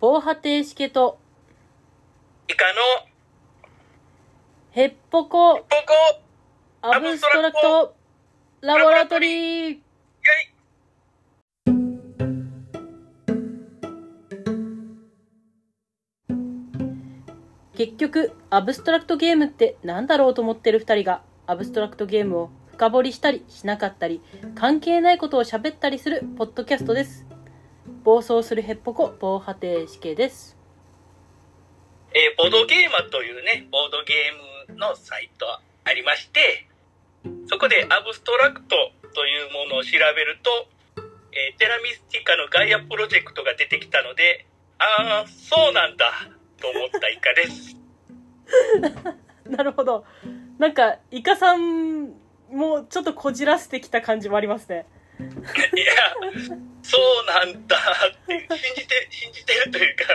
防波堤しけと、イカのヘッポコ、ポコアブストラクト、ラボラトリー。イ結局アブストラクトゲームって何だろうと思ってる2人がアブストラクトゲームを深掘りしたりしなかったり関係ないことを喋ったりするポッドキャストです暴走するヘッポコ防波堤死刑ですェイえーボードゲーマーというね、ボードゲームのサイトありまして、そこでアブストラクトというものを調べると、えーテラミスティカのガイアプロジェクトが出てきたので、あー、そうなんだと思ったイカです。 なるほどなんかイカさんもちょっとこじらせてきた感じもありますねいや、そうなんだっていう、信じて、信じてるというか、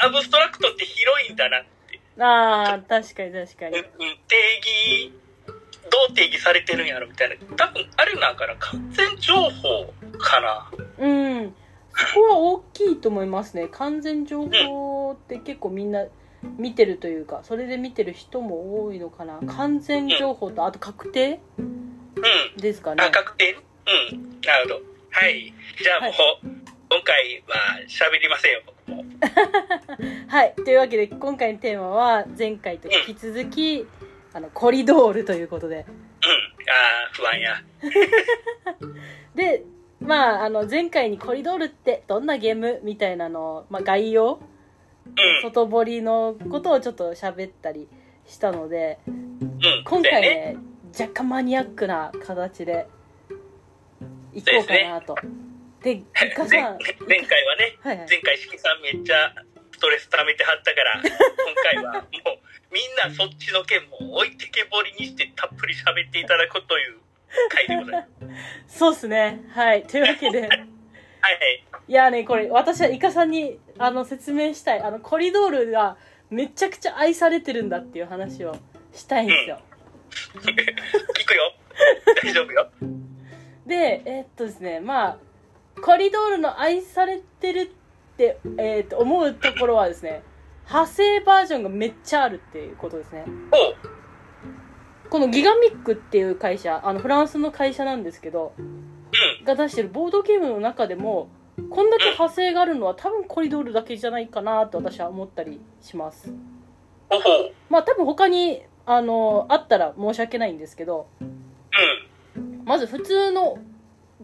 アブストラクトって広いんだなって。あー確かに確かうんにうん定義どう定義されてるんやろみたいな多分あれなんから完全情報かなうんそこは大きいと思いますね完全情報って結構みんな見てるというかそれで見てる人も多いのかな完全情報とあと確定うんですかねあ確定うんなるほどはいじゃあもう、今回は喋りませんよ僕もはいというわけで今回のテーマは前回と引き続きあのコリドールということでうんああ不安やでまああの前回にコリドールってどんなゲームみたいなのを、まあ、概要うん外堀のことをちょっと喋ったりしたのでうん今回でねね若干マニアックな形でいこうかなと。で、イカ前さん、前回はねはいはい、前回しきさんめっちゃストレス溜めてはったから今回はもうみんなそっちの件も置いてけぼりにしてたっぷり喋っていただこうという回でございますそうっすね。はい。というわけ で、はいいやね、これ、私はイカさんに、あの、説明したい。あの、コリドールがめちゃくちゃ愛されてるんだっていう話をしたいんですよ。聞くよ。大丈夫よ。で、えーっとですね、まあ、コリドールの愛されてるって、えーっと、思うところはですね、派生バージョンがめっちゃあるっていうことですね。おう。このギガミックっていう会社あのフランスの会社なんですけどうが出してるボードゲームの中でもこんだけ派生があるのは多分コリドールだけじゃないかなと私は思ったりしますおほう。まあ多分他にあのあったら申し訳ないんですけどうまず普通の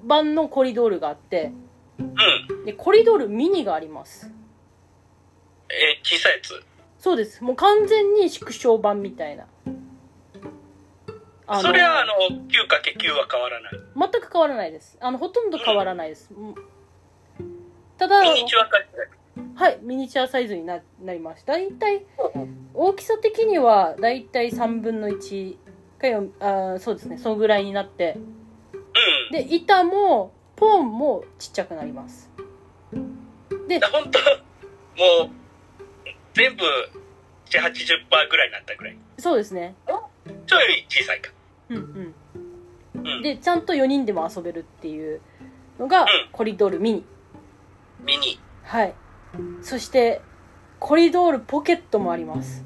版のコリドールがあってん。うん。でコリドールミニがありますえー小さいやつ。そうですもう完全に縮小版みたいなあのそれは、あの、9×9 は変わらない。全く変わらないですあのほとんど変わらないです、うんただミニチュア化ぐらはい。い、ミニチュアサイズにななります。だいたいほうほう大きさ的にはだいたい3分の1かよあーそうですね、そのぐらいになって、うん。で板もポーンもちっちゃくなります。だほんと、もう、全部、7、80%ぐらいになったぐらい。そうですね。ちょい小さいか。うんううん。ん。でちゃんと4人でも遊べるっていうのがコリドールミニ。ミニ。はい。そしてコリドールポケットもあります。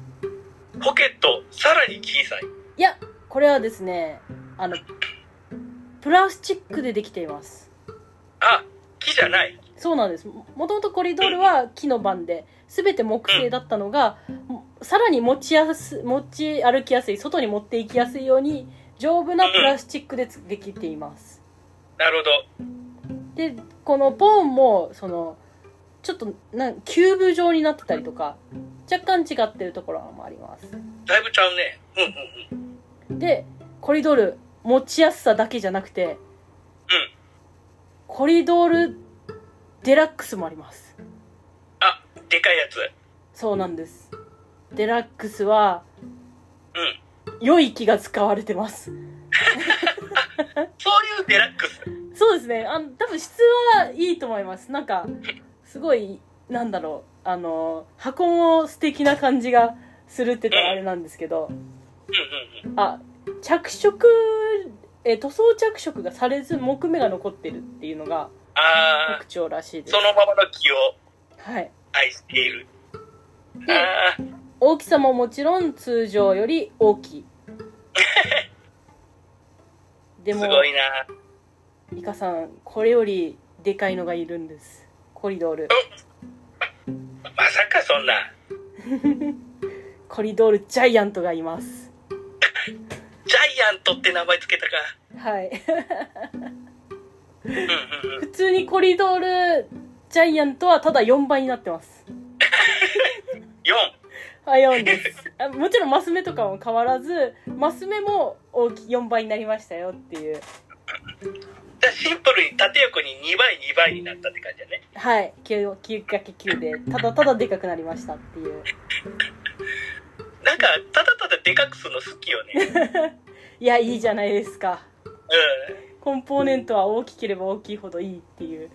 ポケット、さらに小さい。いや、これはですね、あのプラスチックでできています。あ、木じゃない。そうなんですももともとコリドールは木の板で全て木製だったのが、もさらに持ちやす持ち歩きやすい外に持っていきやすいように丈夫なプラスチックでつできていますなるほど。でこのポーンもそのちょっとなんキューブ状になってたりとか若干違ってるところもありますだいぶちゃうね。うんうんうん。でコリドール持ちやすさだけじゃなくてコリドールデラックスもありますあ、でかいやつ。そうなんですデラックスはうん。良い木が使われてます。そういうデラックス。そうですね。あの、多分質はいいと思います。なんか、すごい、なんだろう、あの、箱も素敵な感じがするって言ったらあれなんですけど、うんうんうん。あ、着色、え、塗装着色がされず木目が残ってるっていうのがあー特徴らしいですそ。のままの木をはい。操愛している。でああ、大きさももちろん通常より大 きいですもごいな。イカさんこれよりでかいのがいるんですコリドールまさかそんな、コリドールジャイアントがいますジャイアントって名前つけたか。はい うんうんうん。普通にコリドールジャイアントはただ4倍になってますあ4。4です あもちろんマス目とかも変わらずマス目も大き4倍になりましたよっていうじゃあシンプルに縦横に2倍、2倍になったって感じだね。はい9 9×9 でただただでかくなりましたっていうなんか、ただただでかくするの好きよね。 うん。いやいいじゃないですかコンポーネントは大きければ大きいほどいいっていう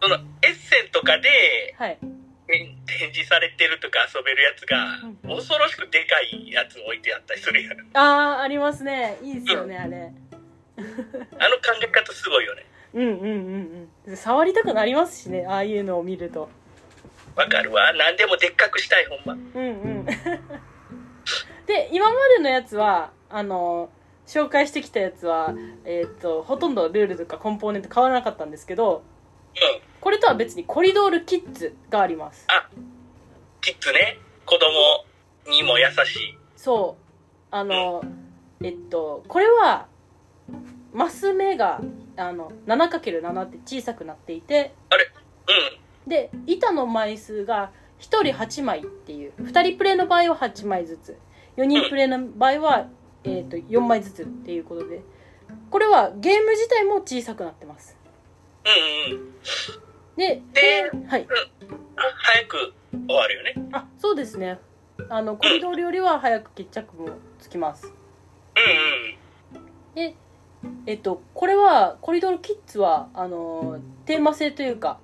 その、エッセンとかで、はい展展示されてるとか遊べるやつがうん恐ろしくでかいやつ置いてあったりするやんああありますねいいですよねあれあの考え方すごいよねうんうんうんうん触りたくなりますしねああいうのを見るとわかるわ何でもでっかくしたいほんまうんうん で今までのやつはあの紹介してきたやつは、えー、とほとんどルールとかコンポーネント変わらなかったんですけどうんこれとは別にコリドールキッズがありますキッズね子供にも優しいそうあのえっとこれはマス目があの 7×7 って小さくなっていてうんで板の枚数が1人8枚っていう2人プレイの場合は8枚ずつ4人プレイの場合は、えー、と4枚ずつっていうことでこれはゲーム自体も小さくなってますうんうんでではい、あ早く終わるよねあそうですねあのコリドールよりは早く決着もつきますうでえっとこれはコリドールキッズはあのテーマ性というか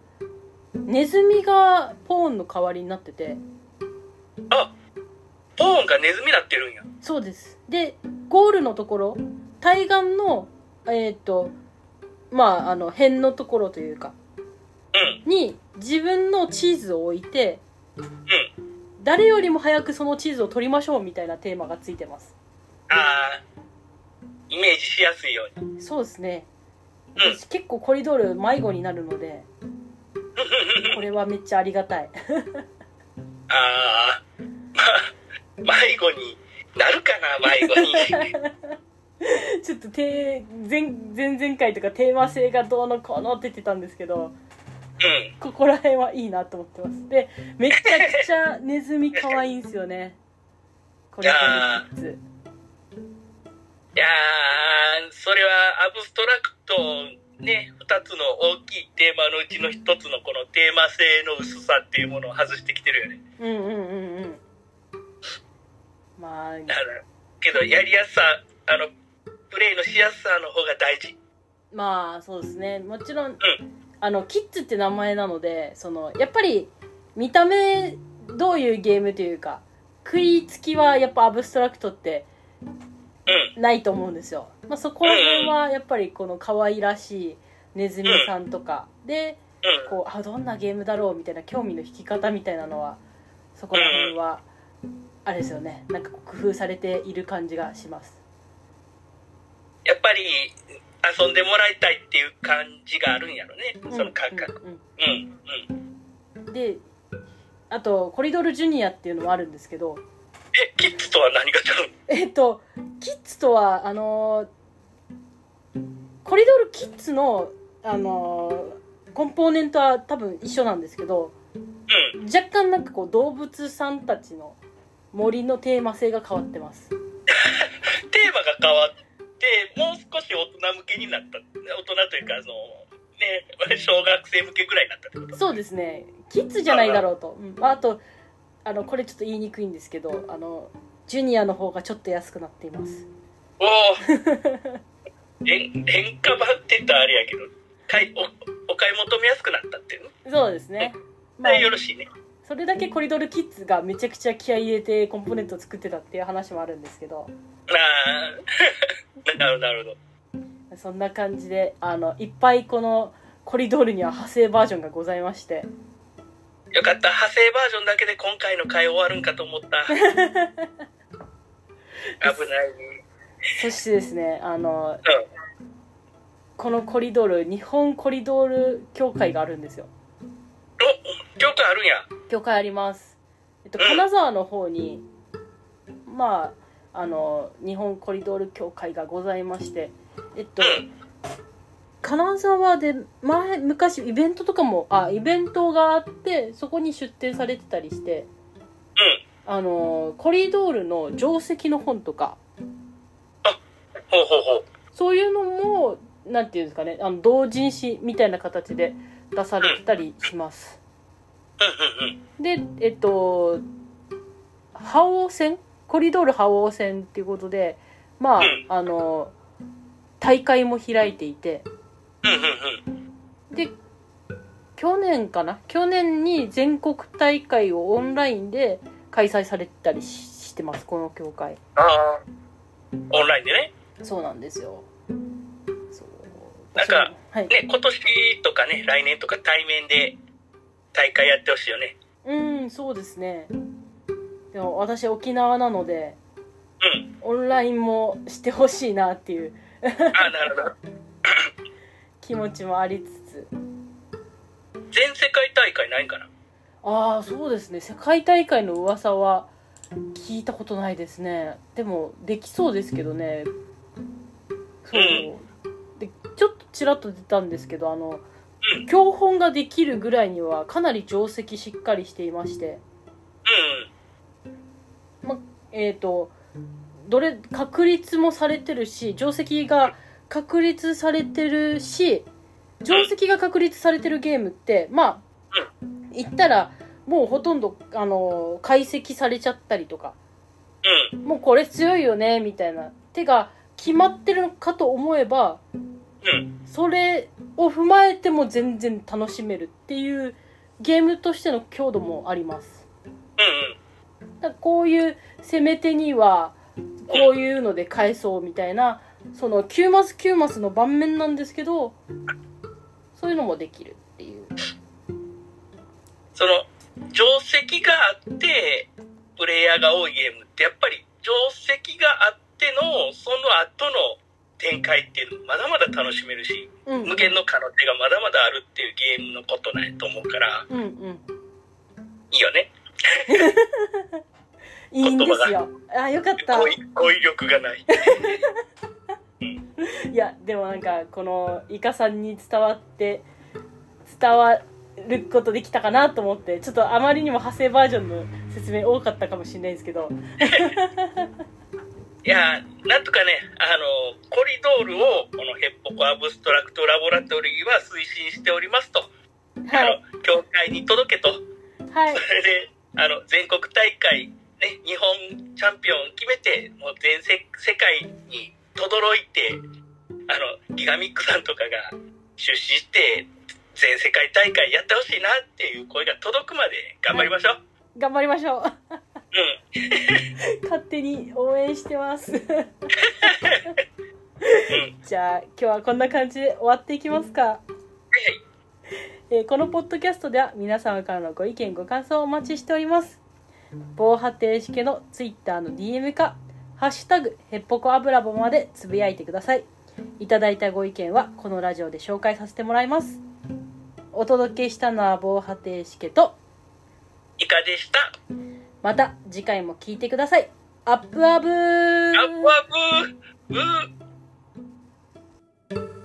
ネズミがポーンの代わりになっててんうんあポーンがネズミになってるんやそうですでゴールのところ対岸のえっ、とまああの辺のところというかうんに自分のチーズを置いて、誰よりも早くそのチーズを取りましょうみたいなテーマがついてますああイメージしやすいようにそうですねうん私結構コリドール迷子になるのでこれはめっちゃありがたいああ まあ迷子になるかな迷子 にちょっとて前前々回とかテーマ性がどうのこうのって言ってたんですけどうんここら辺はいいなと思ってますでめちゃくちゃネズミ可愛いんですよねこれあキッズいやー、それはアブストラクト、ね、二つの大きいテーマのうちの一つのこのテーマ性の薄さっていうものを外してきてるよね。うんうんうんうんまああのけど、やりやすさ、あの、プレイのしやすさの方が大事。まあそうですねもちろんあのキッズって名前なのでそのやっぱり見た目どういうゲームというか食いつきはやっぱアブストラクトってうん。ないと思うんですよ、まあ、そこら辺はやっぱりこの可愛らしいネズミさんとかでうん。こうあどんなゲームだろうみたいな興味の引き方みたいなのはそこら辺はあれですよねなんかこう工夫されている感じがしますやっぱり、遊んでもらいたいっていう感じがあるんやろね。その感覚。うんうんうん。うん。うんであとコリドールジュニアっていうのもあるんですけどえ、キッズとは何が違うのえっとキッズとはあのーコリドールキッズのあのーコンポーネントは多分一緒なんですけどうん。若干なんかこう動物さんたちの森のテーマ性が変わってますテーマが変わってもう少し大人向けになった大人というかあのね小学生向けぐらいになったってことそうですねキッズじゃないだろうと、うん、あとあのこれちょっと言いにくいんですけどあのジュニアの方がちょっと安くなっていますお お廉廉価版って言ったらあれやけど買いおお買い求めやすくなったっていうの、そうですねまあでよろしいねそれだけコリドルキッズがめちゃくちゃ気合い入れてコンポーネントを作ってたっていう話もあるんですけどあー なるほどなるほどそんな感じであのいっぱいこのコリドールには派生バージョンがございましてよかった。派生バージョンだけで今回の回終わるんかと思 った。危ない。そしてですねあのうん。このコリドール日本コリドール協会があるんですよお、教科あるんや。教会あります、えっと、金沢の方にまああの日本コリドール協会がございましてえっとうん。金沢で前昔イベントとかもあイベントがあってそこに出展されてたりしてあのコリドールの定石の本とかほうほうほう。そういうのもなんていうんですかねあの同人誌みたいな形で出されてたりしますうんうんうん。でえっと覇王戦コリドール覇王戦っていうことでまあうんあの大会も開いていてうんうんうん。で去年かな去年に全国大会をオンラインで開催されてたりししてますこの協会ああ。オンラインでね。そうなんですよそうなんかはいね、今年とかね、来年とか対面で大会やってほしいよ ね。うんそうですねでも私沖縄なのでうん。オンラインもしてほしいなっていうああ、なるほど。気持ちもありつつ全世界大会ないんかな。ああそうですね世界大会の噂は聞いたことないですねでもできそうですけどねそう、でちょっとちらっと出たんですけどあの、うん教本ができるぐらいにはかなり定石しっかりしていましてえっ、とどれ確立もされてるし定石が確立されてるし定石が確立されてるゲームってまあ言ったらもうほとんどあの解析されちゃったりとかうん。うん。もうこれ強いよねみたいな手が決まってるかと思えばうん。それを踏まえても全然楽しめるっていうゲームとしての強度もあります。うん。だからこういう攻め手にはこういうので返そうみたいなその9マス9マスの盤面なんですけどそういうのもできるっていうその、定石があって、プレイヤーが多いゲームって、やっぱり定石があっての、その後の展開っていうの、まだまだ楽しめるし、うん無限の可能性がまだまだあるっていうゲームのことなんやと思うから、うんうんいいよね。いいんですよあよかった語彙語彙力がない。いやでもなんかこのイカさんに伝わって伝わることできたかなと思ってちょっとあまりにも派生バージョンの説明多かったかもしれないですけどいやーなんとかね、あの、コリドールを、このヘッポコアブストラクトラボラトリーは推進しておりますと、はいあの、協会に届けと、はいそれで、あの、全国大会、ね、日本チャンピオンを決めて、もう全世世界に轟いて、あの、ギガミックさんとかが出資して、全世界大会やってほしいなっていう声が届くまで頑張りましょう。頑張りましょう うん。勝手に応援してますうん。じゃあ今日はこんな感じで終わっていきますか、はいはい。えーこのポッドキャストでは皆様からのご意見ご感想をお待ちしております防波堤式の Twitter の DM か「ハッシュタグへっぽこ油ぼ」までつぶやいてくださいいただいたご意見はこのラジオで紹介させてもらいますお届けしたのは防波堤式とイカでした。また次回も聞いてくださいアップアブーアップアップブー